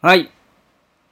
はい。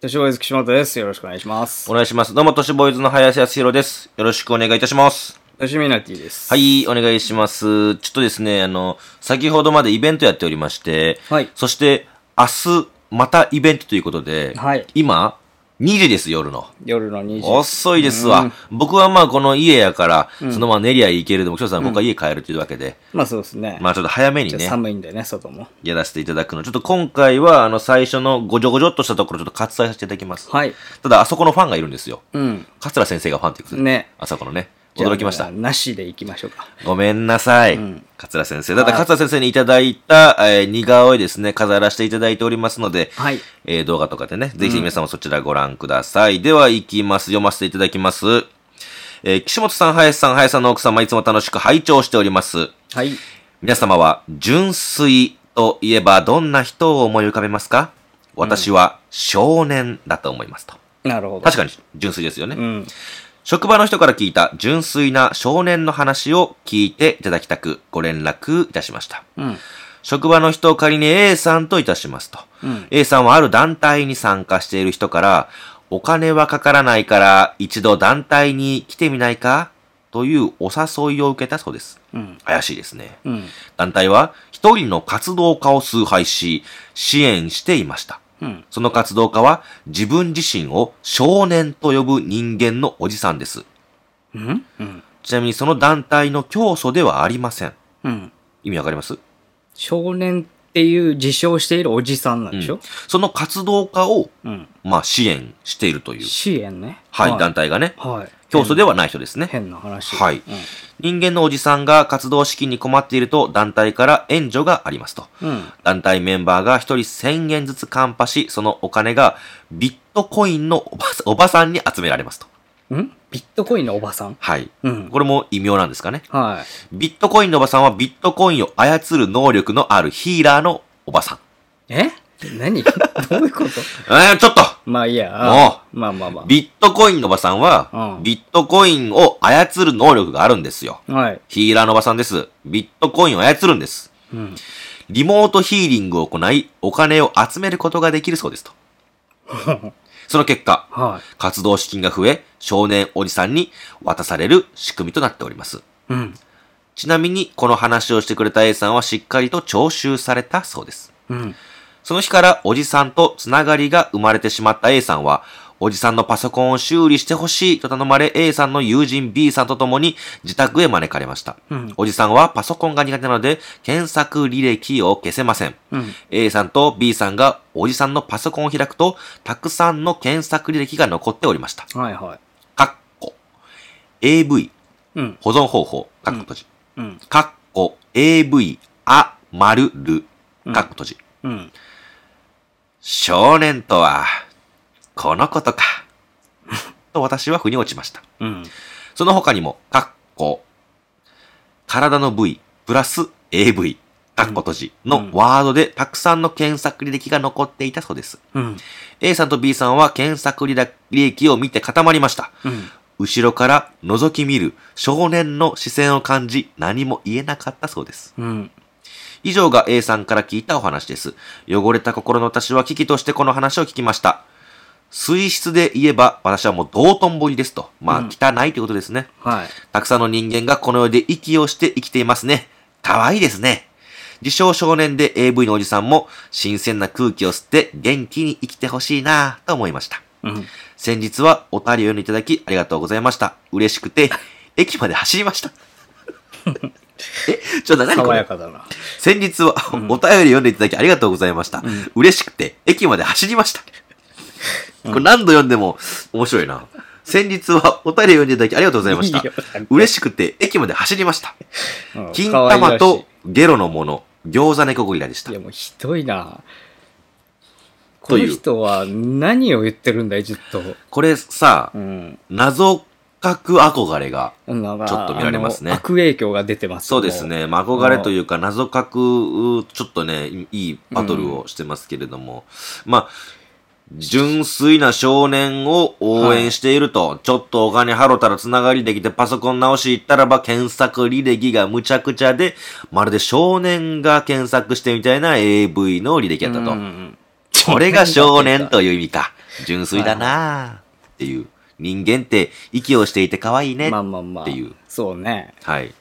都市ボーイズ岸本です。よろしくお願いしますお。願いします。どうも、都市ボーイズの林康弘です。よろしくお願いいたします。都市ミナティです。は。い、お願いします。ちょっとですね、あの、先ほどまでイベントやっておりまして、はいそして、明日、またイベントということで、はい今、2時です、夜の。夜の2時。遅いですわ。僕はまあ、この家やから、そのまま練りゃ行けるでも、きょさん、僕は家帰るというわけで、まあそうですね。まあ、ちょっと早めにちょっとね、寒いんでね、外も。やらせていただくの。ちょっと今回は、あの、最初のごじょごじょっとしたところ、ちょっと割愛させていただきます。はい。ただ、あそこのファンがいるんですよ。うん。桂先生がファンってことでね。あそこのね。驚きましじゃたあ。なしで行きましょうか。ごめんなさい。ん桂先生。ただ、桂先生にいただいた、えー似顔絵ですね、飾らせていただいておりますので、はいえー動画とかでね、ぜひ皆さんもそちらご覧ください。では、行きます。読ませていただきます。えー岸本さん、林さん、林さんの奥様、いつも楽しく拝聴しております。はい。皆様は純粋といえばどんな人を思い浮かべますか私は少年だと思いますと。なるほど。確かに純粋ですよね。うん。職場の人から聞いた純粋な少年の話を聞いていただきたくご連絡いたしました。うん。職場の人を仮に A さんといたしますと。うん。 A さんはある団体に参加している人から、お金はかからないから一度団体に来てみないかというお誘いを受けたそうです。うん。怪しいですね。うん。団体は一人の活動家を崇拝し、支援していました。うん。その活動家は自分自身を少年と呼ぶ人間のおじさんです。うん。うん。ちなみにその団体の教祖ではありません。うん。意味わかります少年っていう自称しているおじさんなんでしょその活動家を、うん。まあ、支援しているという、支援ね。はい、団体がね、はい。教祖ではない人ですね。変な話。はいうん人間のおじさんが活動資金に困っていると団体から援助がありますと。うん。団体メンバーが一人1000円ずつカンパし、そのお金がビットコインのおばおばさんに集められますと。んビットコインのおばさんはい。うん。これも異名なんですかね。はビットコインのおばさんはビットコインを操る能力のあるヒーラーのおばさん。い。え何 どういうことえー、ちょっとまあいいや。まあまあまビットコインのおばさんは、うんビットコインを操る能力があるんですよ。あ。はい。ヒーラーのおばさんです。ビットコインを操るんです。うん。リモートヒーリングを行い、お金を集めることができるそうで すと。その結果、は活動資金が増え、少年おじさんに渡される仕組みとなっております。い。うん。ちなみに、この話をしてくれた A さんはしっかりと徴収されたそうです。うん。その日からおじさんとつながりが生まれてしまった A さんは、おじさんのパソコンを修理してほしいと頼まれ A さんの友人 B さんと共に自宅へ招かれました。うんおじさんはパソコンが苦手なので検索履歴を消せません。うん。 A さんと B さんがおじさんのパソコンを開くと、たくさんの検索履歴が残っておりました。はいはい。かっこ AV うん。保存方法、かっこ閉じ。うん。かっこ AV あまるる、かっこ閉じ。うん。少年とは、このことか。 と私は腑に落ちました。うん。その他にも、かっこ、体の部位、プラス AV、かっこ閉じうんのワードでたくさんの検索履歴が残っていたそうです。うん。 A さんと B さんは検索履歴を見て固まりました。うん。後ろから覗き見る少年の視線を感じ何も言えなかったそうです。うん。以上が A さんから聞いたお話です。汚れた心の私は危機としてこの話を聞きました。水質で言えば私はもう道頓堀ですと。まあうん汚いということですね。はい。たくさんの人間がこの世で息をして生きていますね。可愛いですね。自称少年で AV のおじさんも新鮮な空気を吸って元気に生きてほしいなぁと思いました。うん。先日はお便りをいただきありがとうございました。嬉しくて、駅まで走り ました。え、ちょっと何こ爽やれかだな。先日はお便り読んでいただきありがとうございました。ん嬉しくて、駅まで走りました。これ何度読んでも面白いな。先日はお便り読んでいただきありがとうございましたいいよなんか。嬉しくて、駅まで走りました。うん金可愛らし玉とゲロのもの、餃子猫ゴリラでしたいいや。もうひどいな。こといのう人は何を言ってるんだい、ずっと。これさう、ん。謎格憧れがなんかちょっと見られますねあの悪影響が出てます。そうですね。まあ、憧れというか、謎格、ちょっとね、いいいバトルをしてますけれども、まあ、純粋な少年を応援していると、ちょっとお金ハロたらつながりできてパソコン直し行ったらば検索履歴がむちゃくちゃで、まるで少年が検索してみたいな AV の履歴やったと。うんこれが少年という意味か。純粋だなぁっていう。人間って息をしていて可愛いね。まあまあまあ。っていう。そうね。はい。い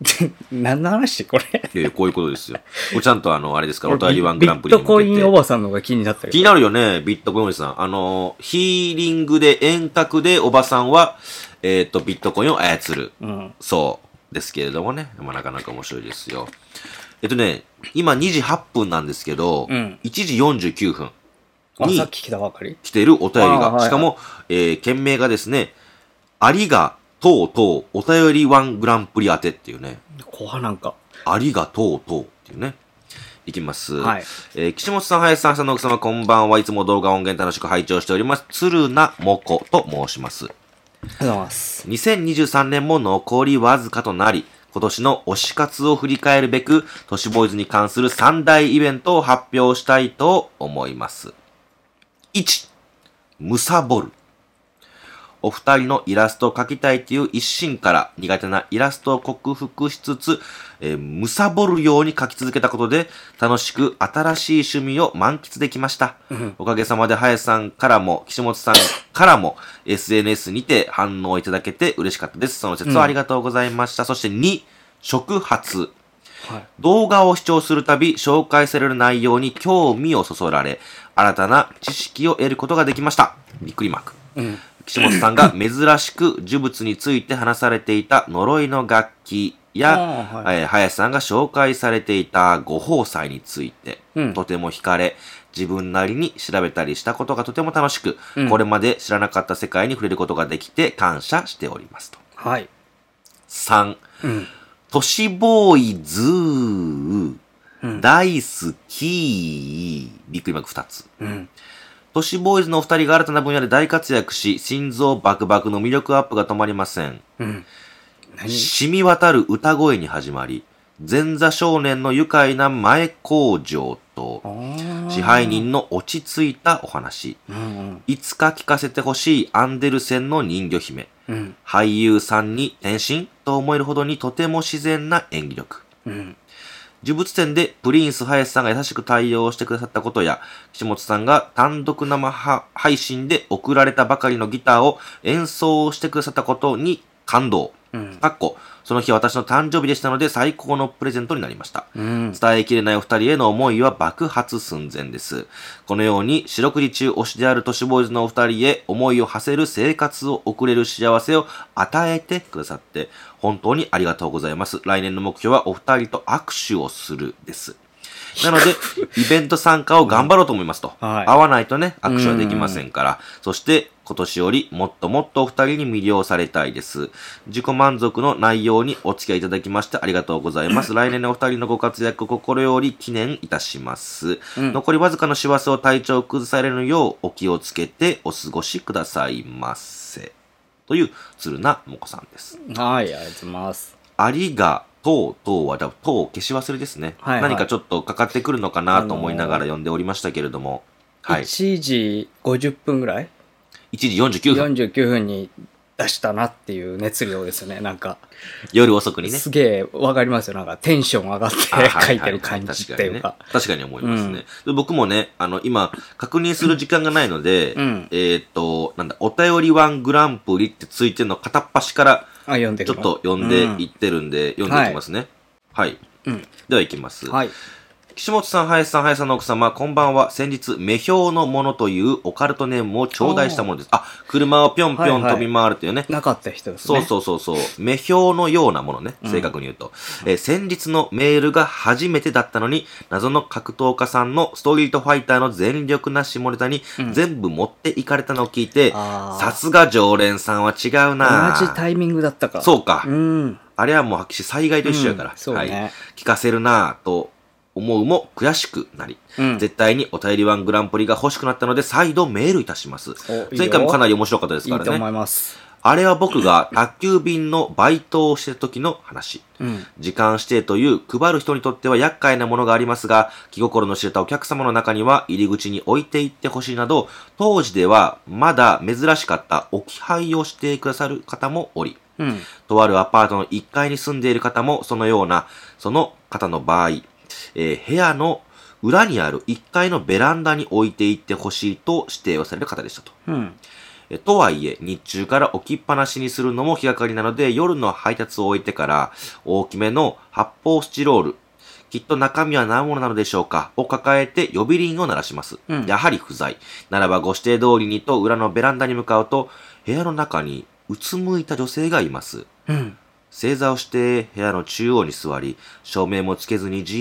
で 何の話これ。やいやこういうことですよ。これちゃんとあの、あれですから、お便りワングビランップリトに向コけイてンおばさんの方が気になったけど。気になるよね、ビットコインおじさん。あの、ヒーリングで遠隔でおばさんは、えっ、と、ビットコインを操る。うん。そう。ですけれどもね。まあ、なかなか面白いですよ。えっとね、今2時8分なんですけど、うん1時49分あ、にさっき来たばかり来てるお便りあーはいが、しかも、えー、件名がですね、ありがとうとうお便りワングランプリ当てっていうね、後半なんか。ありがとうとうっていうね。いきます。はいえー岸本さん、林さん、さんの奥様、こんばんは。いつも動画音源楽しく拝聴しております。鶴名もこと申します。ありがとうございます。 2023年も残りわずかとなり、今年の推し活を振り返るべく、都市ボーイズに関する3大イベントを発表したいと思います。1、むさぼる。お二人のイラストを描きたいという一心から苦手なイラストを克服しつつ、えー、むさぼるように描き続けたことで、楽しく新しい趣味を満喫できました。おかげさまで、林さんからも、岸本さんからも、SNS にて反応いただけて嬉しかったです。その説はありがとうございました。そして2、触発。はい。動画を視聴するたび、紹介される内容に興味をそそられ、新たな知識を得ることができました。びっくりマーク。うん。岸本さんが珍しく呪物について話されていた呪いの楽器や、あーはえー林さんが紹介されていたご宝祭について、うんとても惹かれ、自分なりに調べたりしたことがとても楽しく、うんこれまで知らなかった世界に触れることができて感謝しておりますと。はい。 3、うん。都市ボーイズー、大好き、びっくりマーク2つ。うん。都市ボーイズのお二人が新たな分野で大活躍し、心臓バクバクの魅力アップが止まりません。うん。何染み渡る歌声に始まり、前座少年の愉快な前工場と、支配。人の落ち着いたお話、あーうんいつか聴かせてほしいアンデルセンの人魚姫、うん。うん。俳優さんに転身と思えるほどにとても自然な演技力。うん。呪物展でプリンス林さんが優しく対応してくださったことや、岸本さんが単独生は配信で送られたばかりのギターを演奏してくださったことに感動。うんかっこ、その日は私の誕生日でしたので最高のプレゼントになりました。うん。伝えきれないお二人への思いは爆発寸前です。このように四六時中推しである都市ボーイズのお二人へ思いを馳せる生活を送れる幸せを与えてくださって、本当にありがとうございます。来年の目標はお二人と握手をするです。なので、 イベント参加を頑張ろうと思いますと。はい会わないとね、握手はできませんから。そして、今年よりもっともっとお二人に魅了されたいです。自己満足の内容にお付き合いいただきましてありがとうござ います。来年のお二人のご活躍を心より記念いたします。うん残りわずかの師走を体調を崩されぬようお気をつけてお過ごしくださいませ。という鶴名もこさんです。はい、ありがとうございます。ありがとうとうは、だとうを消し忘れですね、はいはい何かちょっとかかってくるのかなと思いながら読んでおりましたけれども、はい。 1時50分ぐらい1時49分、 ?49 分に出したなっていう熱量ですね。なんか、夜遅くにね。すげえわかりますよ。なんかテンション上がってあは書いてる感じっていうはか。は確かにね確かに思いますね、で僕もね、あの、今、確認する時間がないので、うんえーっと、なんだ、お便りワングランプリってついてるの片っ端から、あ、読んでくちょっのと読んでいってるんで、読んでいきますね。はい。うんでは、いきます。はい。岸本さん、林さん、林さんの奥様、こんばんは。先日、目標のものというオカルトネームを頂戴したものです。あ、車をぴょんぴょん飛び回るというね。なかった人ですそね。うそうそうそう。目標のようなものね。正確に言うと。えー先日のメールが初めてだったのに、謎の格闘家さんのストリートファイターの全力な下ネタに全部持っていかれたのを聞いて、あーさすが常連さんは違うな同じタイミングだったか。そうか。うん。あれはもう白紙災害と一緒やから。うんそうねはい。聞かせるなぁと思うも悔しくなり、うん絶対にお便りワングランプリが欲しくなったので再度メールいたします。お前回もかなり面白かったですいいからとね。思います。あれは僕が宅急便のバイトをしてる時の話。うん。時間指定という配る人にとっては厄介なものがありますが、気心の知れたお客様の中には入り口に置いていってほしいなど、当時ではまだ珍しかった置き配をしてくださる方もおり、うん。とあるアパートの1階に住んでいる方もそのような、その方の場合、えー部屋の裏にある1階のベランダに置いていってほしいと指定をされる方でしたと。うん。えとはいえ、日中から置きっぱなしにするのも気がかりなので、夜の配達を終えてから、大きめの発泡スチロール、きっと中身は何ものなのでしょうか、を抱えて呼び鈴を鳴らします。うんやはり不在。ならばご指定通りにと裏のベランダに向かうと、部屋の中にうつむいた女性がいます。うん。正座をして部屋の中央に座り、照明もつけずにじ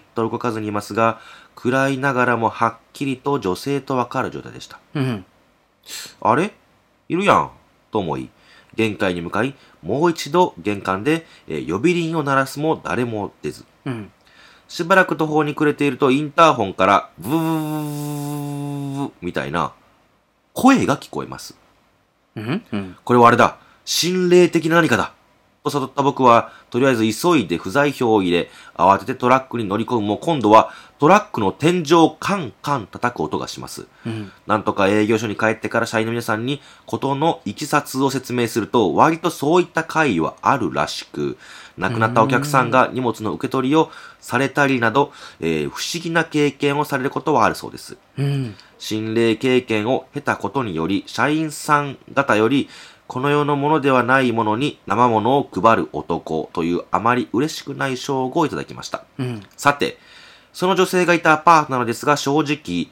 ーっと動かずにいますが、暗いながらもはっきりと女性とわかる状態でした。うん。あれいるやん。と思い、玄界に向かい、もう一度玄関で、えー呼び鈴を鳴らすも誰も出ず。うん。しばらく途方に暮れているとインターホンから、ブーみたいな声が聞こえます。うん。うん。これはあれだ。心霊的な何かだ。と悟った僕は、とりあえず急いで不在表を入れ、慌ててトラックに乗り込むも今度はトラックの天井をカンカン叩く音がします。うん。なんとか営業所に帰ってから社員の皆さんに事のいきさつを説明すると、割とそういった会議はあるらしく、亡くなったお客さんが荷物の受け取りをされたりなど、えー不思議な経験をされることはあるそうです。うん。心霊経験を経たことにより、社員さん方より、この世のものではないものに生ものを配る男というあまり嬉しくない称号をいただきました。うん。さて、その女性がいたアパートなのですが、正直、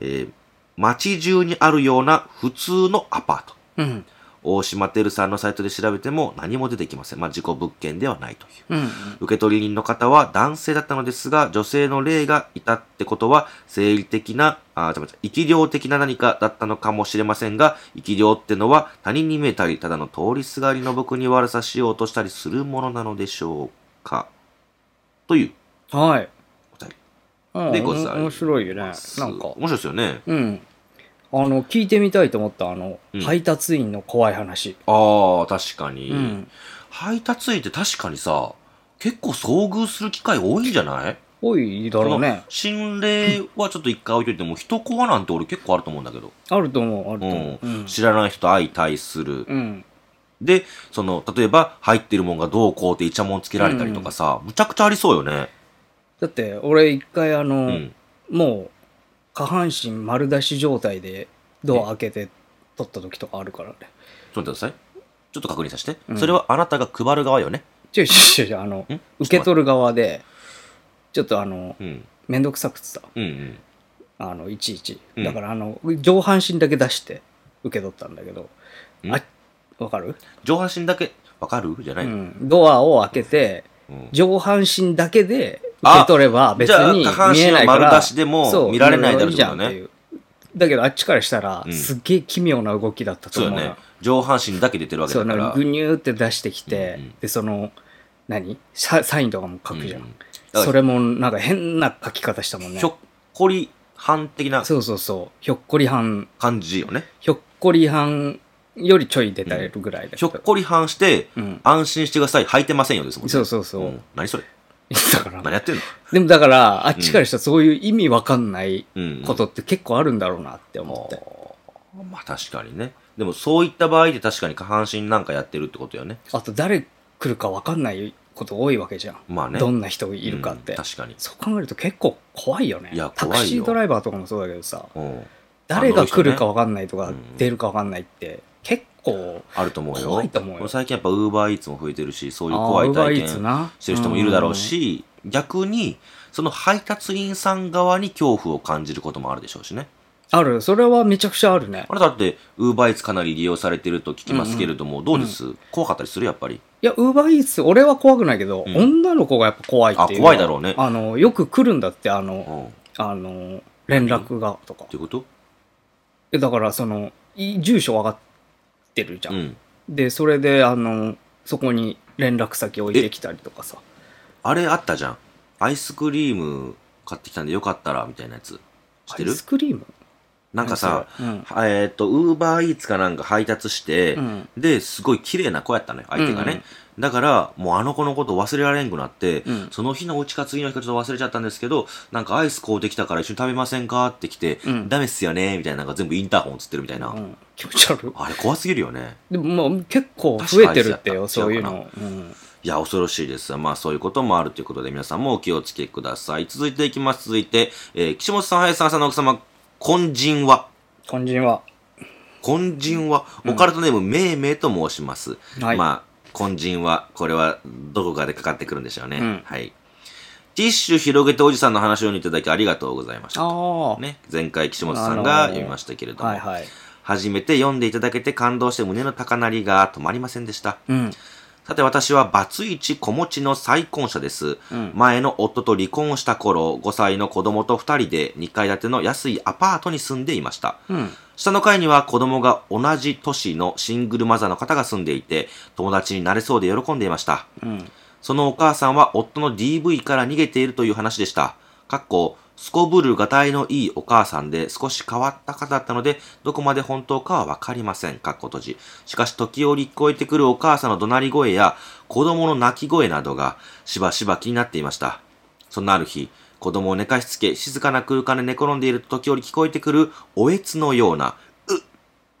えー街中にあるような普通のアパート。うん。大島てるさんのサイトで調べても何も出てきません。まあ、事故物件ではないというう。ん。受取人の方は男性だったのですが、女性の霊がいたってことは、生理的な、あ、ちょっと待って、生き量的な何かだったのかもしれませんが、生き量ってのは他人に見えたり、ただの通りすがりの僕に悪さしようとしたりするものなのでしょうか。というはい。お便りうんでございます面白いよね。なんです。か。面白いですよね。うん。あの、聞いてみたいと思った、あの、うん配達員の怖い話。ああ、確かに。うん。配達員って確かにさ、結構遭遇する機会多いんじゃない多いだろうねこの。心霊はちょっと一回置いといても、人コアなんて俺結構あると思うんだけど。あると思う、あると思う。う、うんん。知らない人と相対する。うん。で、その、例えば、入ってるもんがどうこうってイチャモンつけられたりとかさ、むちゃくちゃありそうよね。だって、俺一回、あうの、ん。もう、下半身丸出し状態でドア開けて撮った時とかあるからね。ちょっと待ってください。ちょっと確認させて。うんそれはあなたが配る側よね。ちょいちょいちょい、あのん、受け取る側で、ちょっとあの、うん。めんどくさくてさ、うんうん。あの、いちいち。うんだから、あの、上半身だけ出して受け取ったんだけど、んあ、わかる上半身だけ、わかるじゃなうい、ん。ドアを開けて、うん上半身だけで受け取れば別にじゃあ下半見身えないから。を丸出しでもそう見られないだろうってじこゃとんねっていう。だけど、あっちからしたら、うんすっげえ奇妙な動きだったとそう思うよな。ね。上半身だけ出てるわけそだうかなんら。かぐにゅーって出してきて、うんうんでその何ササインとかも書くじゃん、うんだからそれもなんか変な書き方したもんねひょっこり半的なそうそうそうひょっこりはん感じよね。ひょっこりはんよりちょい出たれるぐらいだけひょどっこり半して、うん安心してください。履いてませんよですもんね。そうそうそう、ん何それ だから何やってんのでもだからあっちからしたらそういう意味わかんないうんうんことって結構あるんだろうなって思って、まあ確かにね。でもそういった場合で確かに下半身なんかやってるってことよね。あと誰来るかわかんないこと多いわけじゃん、まあね。どんな人いるかって、うん確かに。そう考えると結構怖いよねいやタ怖いよクシードライバーとかもそうだけどさ、うん。誰が来るか分かんないとあかの人ね出るか分かんないって結構あると思うよ。怖いと思うよ最近やっぱウーバーイーツも増えてるし、そういうあ怖あい体験 Uber Eats しなてる人もいるだろうし、逆に、その配達員さん側に恐怖を感じることもあるでしょうしね。うんあるそれはめちゃくちゃあるねあなただって、ウーバーイーツかなり利用されてると聞きますけれども、どうです、怖かったりするやっぱり。いや UberEats 俺は怖くないけど、うん女の子がやっぱ怖いっていうのあは怖いだろうねあのよく来るんだってあうのん。っあの連絡がとかてことえだからそのい住所分かってるじゃ、うんん。でそれであのそこに連絡先置いてきたりとかさあれあったじゃん。アイスクリーム買ってきたんでよかったら、みたいなやつ。知アってイるスクリームなんかさ、うんはえっ、と、ウーバーイーツかなんか配達して、うんで、すごい綺麗な子やったのよ、相手がね。うんだから、もうあの子のこと忘れられんくなって、うんその日のうちか次の日かちょっと忘れちゃったんですけど、なんかアイス買うてきたから一緒に食べませんかって来て、うんダメっすよね、みたいな、なんか全部インターホンつってるみたいな。うん気持ち悪いあれ怖すぎるよね。でも、まあ、結構増えてるってよ、確かそアうイいうスやったの。うんいや、恐ろしいです。まあ、そういうこともあるということで、皆さんもお気をつけください。続いていきます。続いて、えー岸本さん、林さん、浅野奥様、根人は肝心は根人は、オカルトネーム、めいめいと申します。はいまあ、根人は、これは、どこかでかかってくるんでしょうね。うんはい。ティッシュ広げておじさんの話をいただきありがとうございました。ああ、ね、前回、岸本さんが読みましたけれども、はいはい初めて読んでいただけて感動して胸の高鳴りが止まりませんでした。うんさて私はバツイチ子持ちの再婚者です、うん前の夫と離婚をした頃、5歳の子供と2人で2階建ての安いアパートに住んでいました。うん下の階には子供が同じ都市のシングルマザーの方が住んでいて、友達になれそうで喜んでいました。うんそのお母さんは夫の DV から逃げているという話でした。かっこ、すこぶるがたいのいいお母さんで少し変わった方だったので、どこまで本当かはわかりません。かっこ閉じ。しかし時折聞こえてくるお母さんの怒鳴り声や子供の泣き声などがしばしば気になっていました。そんなある日、子供を寝かしつけ、静かな空間で寝転んでいると時折聞こえてくるおえつのような、うっ、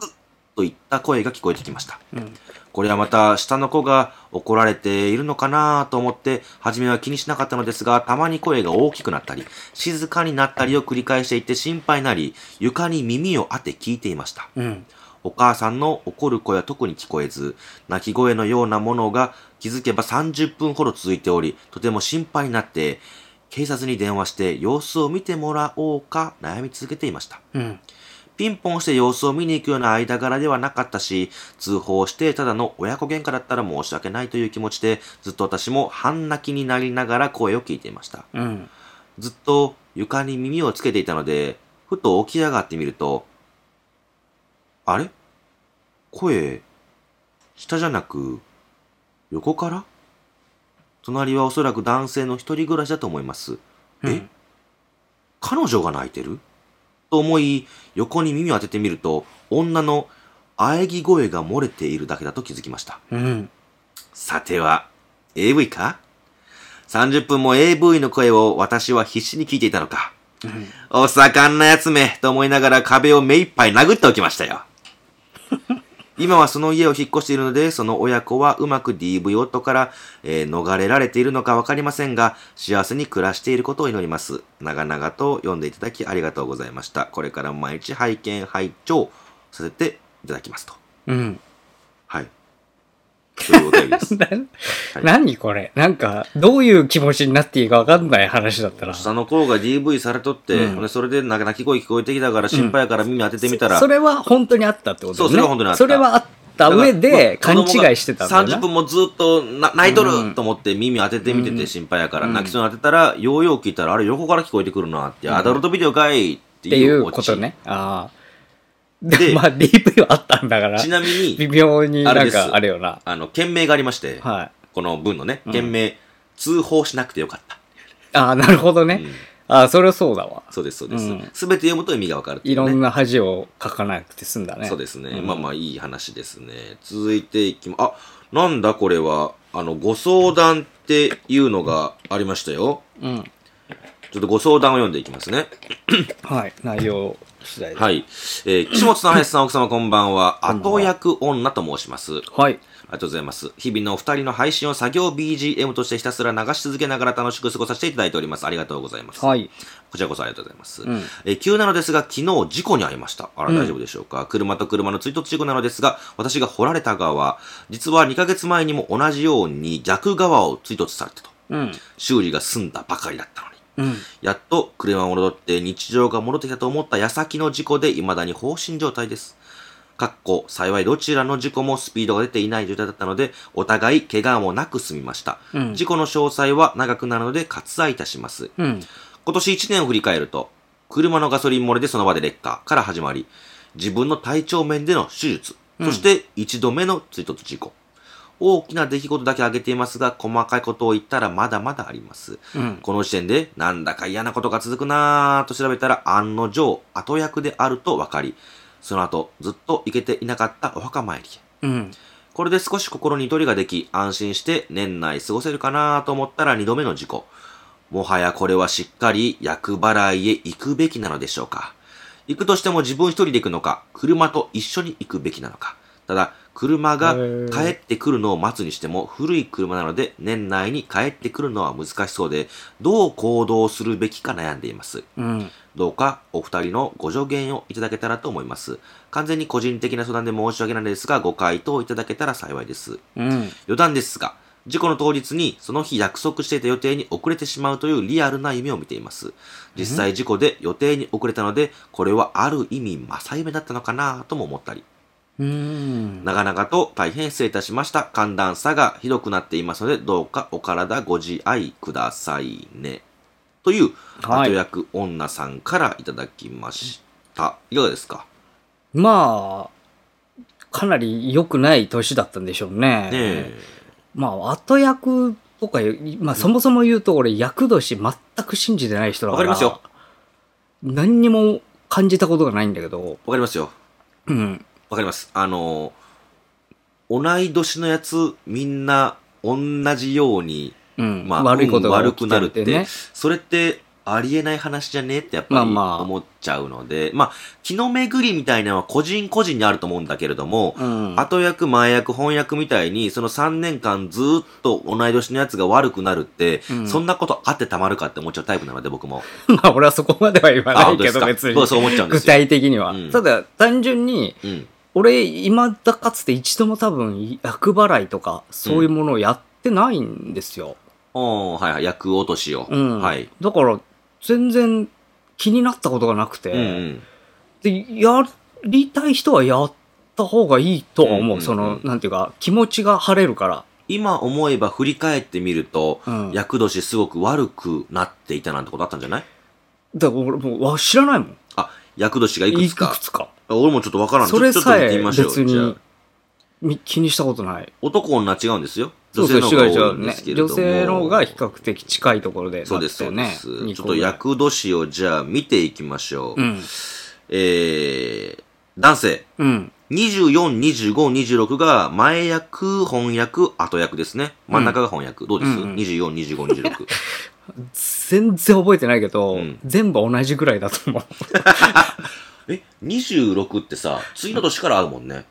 うっ、といった声が聞こえてきました。うんこれはまた下の子が怒られているのかなと思って、初めは気にしなかったのですが、たまに声が大きくなったり、静かになったりを繰り返していて心配になり、床に耳を当て聞いていました。うんお母さんの怒る声は特に聞こえず、泣き声のようなものが気づけば30分ほど続いており、とても心配になって、警察に電話して様子を見てもらおうか悩み続けていました。うんピンポンして様子を見に行くような間柄ではなかったし、通報してただの親子喧嘩だったら申し訳ないという気持ちで、ずっと私も半泣きになりながら声を聞いていました。うんずっと床に耳をつけていたので、ふと起き上がってみると、あれ声、下じゃなく、横から隣はおそらく男性の一人暮らしだと思います。え、うん彼女が泣いてると思い、横に耳を当ててみると、女の喘ぎ声が漏れているだけだと気づきました。うんさては、AV か ?30 分も AV の声を私は必死に聞いていたのか。うんお盛んなやつめ、と思いながら壁を目いっぱい殴っておきま したよ。今はその家を引っ越しているので、その親子はうまく DV 夫から、えー逃れられているのかわかりませんが、幸せに暮らしていることを祈ります。長々と読んでいただきありがとうございました。これからも毎日拝見、拝聴させていただきますと。うんはい。そういうお便 りです。なはい何これなんかどういう気持ちになっていいか分かんない話だったら下の子が DV されとって、うんでそれで泣き声聞こえてきたから心配やから耳当ててみたら、それは本当にあったってことねそうそれは本当にあったそれはあった上でだか勘ら違まあ子供がいしてたんだよな30分もずっとな泣いとうるんと思って耳当ててみてうてん心配やから、うん泣きそうに当てたら、ようよう聞いたら、あれ横から聞こえてくるなって、うんアダルトビデオかいってっていいううオチこと。ね。ああ。でで、 まあ DV はあったんだからち、なみ微に、妙になあれんですかあれよな。あの、件名がありまして、はい。この文のね、うん件名、通報しなくてよかった。ああ、なるほどね。うんああ、それはそうだわ。そうです、そうですうん。すべ、て読むと意味がわかるっていうねろんな恥をかかなくて済んだね。そうですね。うんまあまあいい話ですね。続いていきま、あ、なんだこれは、あの、ご相談っていうのがありましたよ。うん。ちょっとご相談を読んでいきますね。はい。内容次第です。はい。えー、岸本さん、林さん、奥様こんばんは。こんばん後は役女と申します。はい。ありがとうございます。日々のお二人の配信を作業 BGM としてひたすら流し続けながら楽しく過ごさせていただいております。ありがとうございます。はい。こちらこそありがとうございます。うんえー急なのですが、昨日事故に遭いました。あら、うん大丈夫でしょうか、車と車の追突事故なのですが、私が掘られた側、実は2ヶ月前にも同じように逆側を追突されたと。うん。修理が済んだばかりだったのに。うん。やっと車を戻って日常が戻ってきたと思った矢先の事故で未だに放心状態です。かっこ、幸いどちらの事故もスピードが出ていない状態だったので、お互い怪我もなく済みました。うん事故の詳細は長くなるので割愛いたします。うん。今年1年を振り返ると、車のガソリン漏れでその場で劣化から始まり、自分の体調面での手術、うんそして1度目の追突事故。大きな出来事だけ挙げていますが、細かいことを言ったらまだまだあります。うん。この時点で、なんだか嫌なことが続くなぁと調べたら、案の定、後役であると分かり、その後、ずっと行けていなかったお墓参りへ。うん。これで少し心にゆとりができ、安心して年内過ごせるかなと思ったら2度目の事故。もはやこれはしっかり役払いへ行くべきなのでしょうか。行くとしても自分一人で行くのか、車と一緒に行くべきなのか。ただ、車へがー帰ってくるのを待つにしても、古い車なので年内に帰ってくるのは難しそうで、どう行動するべきか悩んでいます。うん。どうかお二人のご助言をいただけたらと思います。完全に個人的な相談で申し訳ないですが、ご回答いただけたら幸いです。うん。余談ですが、事故の当日にその日約束していた予定に遅れてしまうというリアルな夢を見ています。実際事故で予定に遅れたので、これはある意味正夢だったのかなとも思ったり、うん。長々と大変失礼いたしました。寒暖差がひどくなっていますので、どうかお体ご自愛くださいね。という、はい後役女さんからいただきました。いかがですかまあ、かなり良くない年だったんでしょうね。ねえ。まあ、後役とかよ、まあ、そもそも言うと、俺、役年全く信じてない人だわか、からりますよ。何にも感じたことがないんだけど、わかりますよ。うん。わかります。あのー、同い年のやつ、みんな同じように、うん。まあ、悪いことが運悪起くきなてるるっってて、ね。それって、ありえない話じゃねえってやっぱりまあまあ思っちゃうので、まあ、気の巡りみたいなのは個人個人にあると思うんだけれども、うん。後役、前役、翻役みたいに、その3年間ずーっと同い年のやつが悪くなるって、うんそんなことあってたまるかって思っちゃうタイプなので、僕も。 まあ、俺はそこまでは言わないけど、あ本当です別かに僕。はそう思っちゃうんで具すよ。体的には。うんただ、単純に、うん。俺、未だかつて一度も多分、役払いとか、そういうものをやってないんですよ。おーはいはい、役落としを。うん。はい。だから、全然気になったことがなくて、うんうん。で、やりたい人はやった方がいいとは思う。うんうんうんその、なんていうか、気持ちが晴れるから。今思えば振り返ってみると、うん。だか厄年すごく悪くなっていたなんてことあったんじゃないら俺もうわ、知らないもん。あ、厄年がいくついくか。つか。俺もちょっとわからん。それちょっとさ見てえみましょ別う。じゃあに、み気にしたことない。男女違うんですよ。そう女そ性うの違方がう違う多いんでねすけれど女も。性の方が比較的近いところで、そうです、そうです。ちょね、っと厄年をじゃあ見ていきましょう。うん。えー、男性。うん。 24、25、26が前役、翻訳、後役ですね。真ん中が翻訳。どうです、うんうん ?24、25、26。 全然覚えてないけど、うん全部同じぐらいだと思う。え、26ってさ、次の年から会うもんね。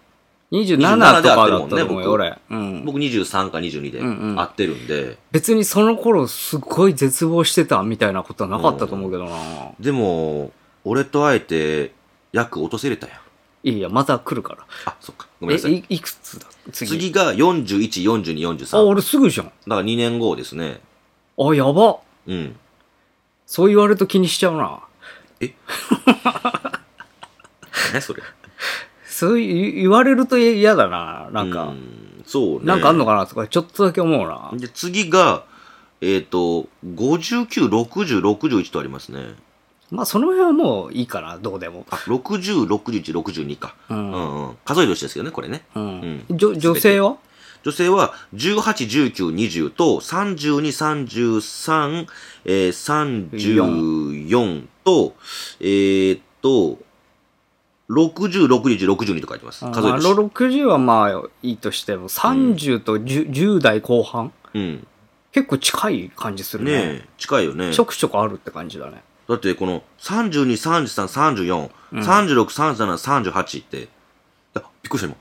27とかだったとで合ってる思もうんよ、ね俺。うん。僕23か22でうんうん合ってるんで、別にその頃すごい絶望してたみたいなことはなかったと思うけどな。でも、俺と会えて、役落とせれたやん。いやいや、また来るから。あ、そっか。ごめえ、んなさい。いいくつだ次。次が41、42、あ、 43。だか俺すぐじゃん。ら2年後ですね。あ、やば。 うん。そう言われると気にしちゃうな。ね、それ。そういう言われると嫌だな。なんか、う、そうね。なんかあんのかなとか、ちょっとだけ思うな。で、次が、えっ、と、59、60、61とありますね。まあ、その辺はもういいかな、どうでも。あ、60、61、62か。う。うんんうん。数え年ですけどね、これね。うん。うんじょ女性は女性は18、19、20と32、33、えー、34と、えー、っと、60、61、62と書いてます。うん数えまあ、るし。 60はまあいいとしても、30と 10,、10代後半うん。結構近い感じするねねえ、近いよね。ちょくちょくあるって感じだね。だって、この32、33、34、うん36、37、38って、あ、びっくりした、 今。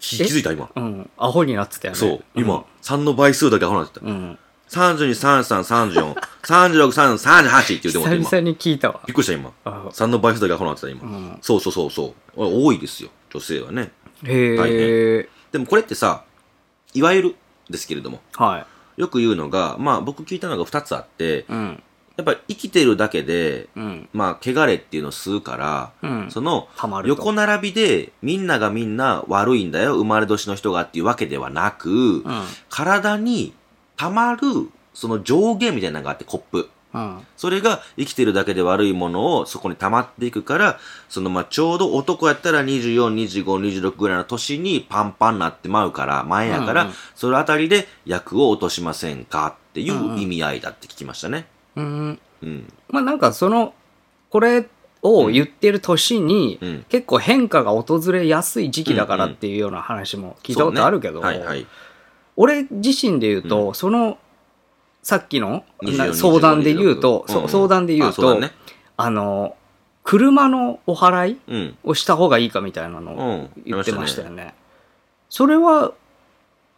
き気づいた、今。うん。アホになってたよね。そう、今、3の倍数だけアホになってた。うん。うん。 32、33、34、36、33、38って言って久もらった、今。々に聞いたわび。っくりした、今。あ3の倍数だけアホなってた今、うんそうそうそうそう多いですよ女性はね大へえ。でもこれってさいわゆるですけれどもはい。よく言うのがまあ僕聞いたのが2つあってうん。やっぱり生きてるだけでうん。まあ汚れっていうのを吸うから、うん。そのたまると。横並びでみんながみんな悪いんだよ生まれ年の人がっていうわけではなく、うん。体にたまるその上限みたいなのがあってコップうん。それが生きてるだけで悪いものをそこに溜まっていくから、そのまあちょうど男やったら24、25、26ぐらいの年にパンパンなってまうから、前やかうんらうん、それあたりで役を落としませんかっていう意味合いだって聞きましたね。うん。うん。まあなんかその、これを言ってる年に、うん。結構変化が訪れやすい時期だからっていうような話も聞いたことあるけど、そうねはいはい。俺自身で言うと、そのさっきの24な相談で言うと、 26そうんうん相談で言うあそとうだね。あの車のお払いうん。をした方がいいかみたいなのうをん。言ってましたよね。それは、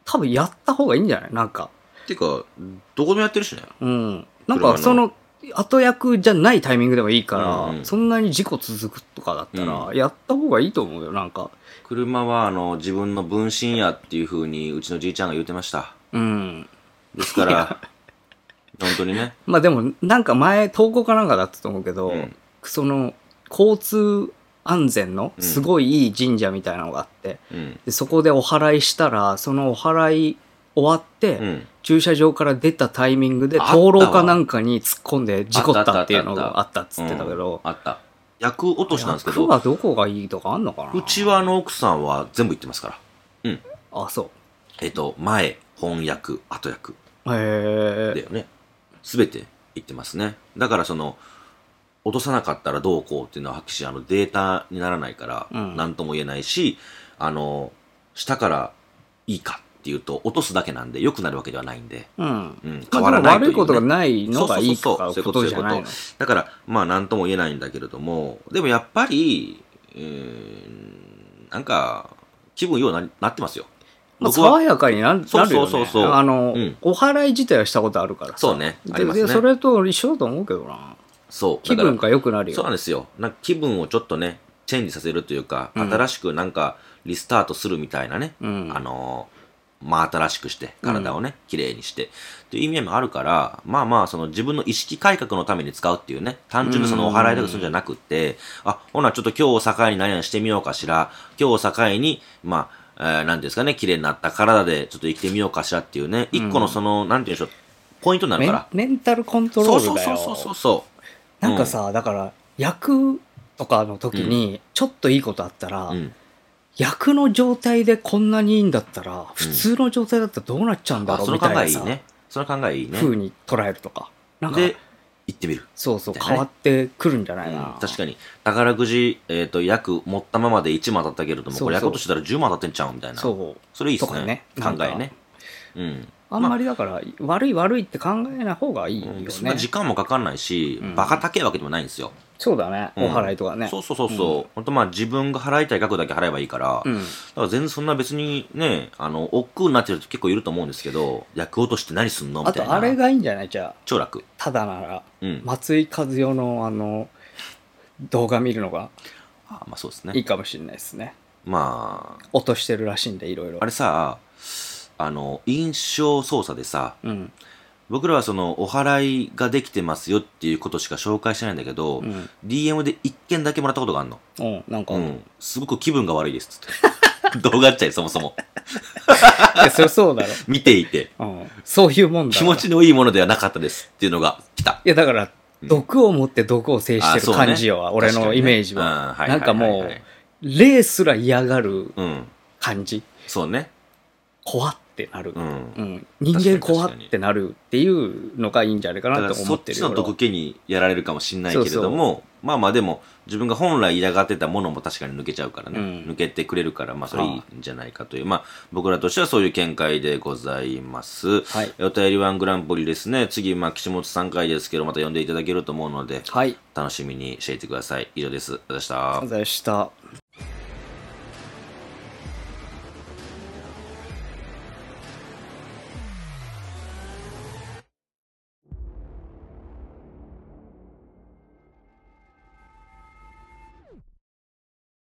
多分やった方がいいんじゃないなんか。てか、どこでもやってるしね。うん。なん車のか、その、後役じゃないタイミングでもいいから、うんうんそんなに事故続くとかだったら、やった方がいいと思うよ、なんか。車は、あの、自分の分身やっていう風に、うちのじいちゃんが言ってました。うん。ですから、本当にね。まあでも、なんか前、投稿かなんかだったと思うけど、うんその、交通安全のうんすごいいい神社みたいなのがあって、うん。でそこでお祓いしたら、そのお祓い終わって、うん。駐車場から出たタイミングで、あったわ灯籠かなんかに突っ込んで事故ったっていうのがあったっつってたけど、あった。役落としなんですけ役ど、はどこがいいとかあんのかなうちはあの奥さんは全部言ってますから。あ、そえっと、前、翻訳、後役う。へだえ。よね。すべて言ってますね。だからその、落とさなかったらどうこうっていうのは、はっきりしあのデータにならないから、うんなんとも言えないし、あの、下からいいかっていうと、落とすだけなんで、良くなるわけではないんで、うん。うん、変まわあらでもないと悪いう、ね。いことがないのがいいそとうそうかそうそういうここととじゃないの。だから、まあ、なんとも言えないんだけれども、でもやっぱり、うーん、なんか、気分ようななってますよ。まあ、僕は爽やかにななるそようね。そうそうそうあの、うんお祓い自体はしたことあるからさ。そうねありますねででそれと一緒だと思うけどな。そう。気だから分が良くなるそうなよ。んですよ。なんか気分をちょっとね、チェンジさせるというか、うん新しくなんかリスタートするみたいなね、うんあのーまあ新しくして、体をね、綺麗にして、という意味合いもあるから、まあまあ、その自分の意識改革のために使うっていうね、単純にそのお祓いとかするんじゃなくて、あ、ほな、ちょっと今日を境に何々してみようかしら、今日を境に、まあ、えー、なんていうんですかね、綺麗になった体でちょっと生きてみようかしらっていうね、一個のその、なんていうんでしょう、ポイントになるメかンら。メンタルコントロそーうそうルだそよ。うそうそうそう。なんかさ、だから、役とかの時に、ちょっといいことあったら、うん。役の状態でこんなにいいんだったら、普通の状態だったらどうなっちゃうんだあ、ろそうのみた考いなえいいさ、ね。その考えいいね。風に捉えるとか。なんか、で、行ってみる。そうそう、みたいな変ねわってくるんじゃないかな。確かに。宝くじ、えっ、と、約持ったままで1万当たったけれども、そうそうこれ役落としたら10万当たってんちゃうみたいな。そう。それいいっすとね。かね考なんかえね。うん。あんまりだから、悪い悪いって考えない方がいいようね。んそんな時間もかかんないし、うんバカ高いわけでもないんですよ。そうだね、うんお祓いとかね。そうそうそうそう。ほんとまあ自分が払いたい額だけ払えばいいから、うだん。から全然そんな別にね、あの、億劫になってる人結構いると思うんですけど、役落として何すんのみあたいと、な。あれがいいんじゃないじゃあ、超楽。ただなら、うん。松井和代のあの、動画見るのがあまあそうですね。いいかもしれないですね。まあ、落としてるらしいんで、いろいろあ。れさ、あの、印象操作でさ、うん。僕らはそのお祓いができてますよっていうことしか紹介してないんだけど、うん DM で1件だけもらったことがあるの。うん、なんか、ういん。すごく気分が悪いですっつって。動 画っちゃい、そもそも。や、そりゃそう だろ。見て いて、うん。そういうもんだ気ろ。持ちのいいものではなかったですっていうのが来た。いや、だから、毒を持って毒を制してる感じよ、あそうね俺のイメージは。確なんかにねうんはいはいもはいはうい、霊すら嫌がるうん。感じ。そうね。怖ってなるう。んう。ん、人間怖ってなるっていうのがいいんじゃないかだかならとそ思っってちるの毒気にやられるかもしれないけれども、まあまあでも、自分が本来嫌がってたものも確かに抜けちゃうからね、うん抜けてくれるから、まあそれいいあんじゃないかという、まあ僕らとしてはそういう見解でございます。はいお便りワングランプリですね、次、まあ岸本3回ですけど、また呼んでいただけると思うので、はいありが楽しみにしていてください。以上です。ありがとうございましたとうございました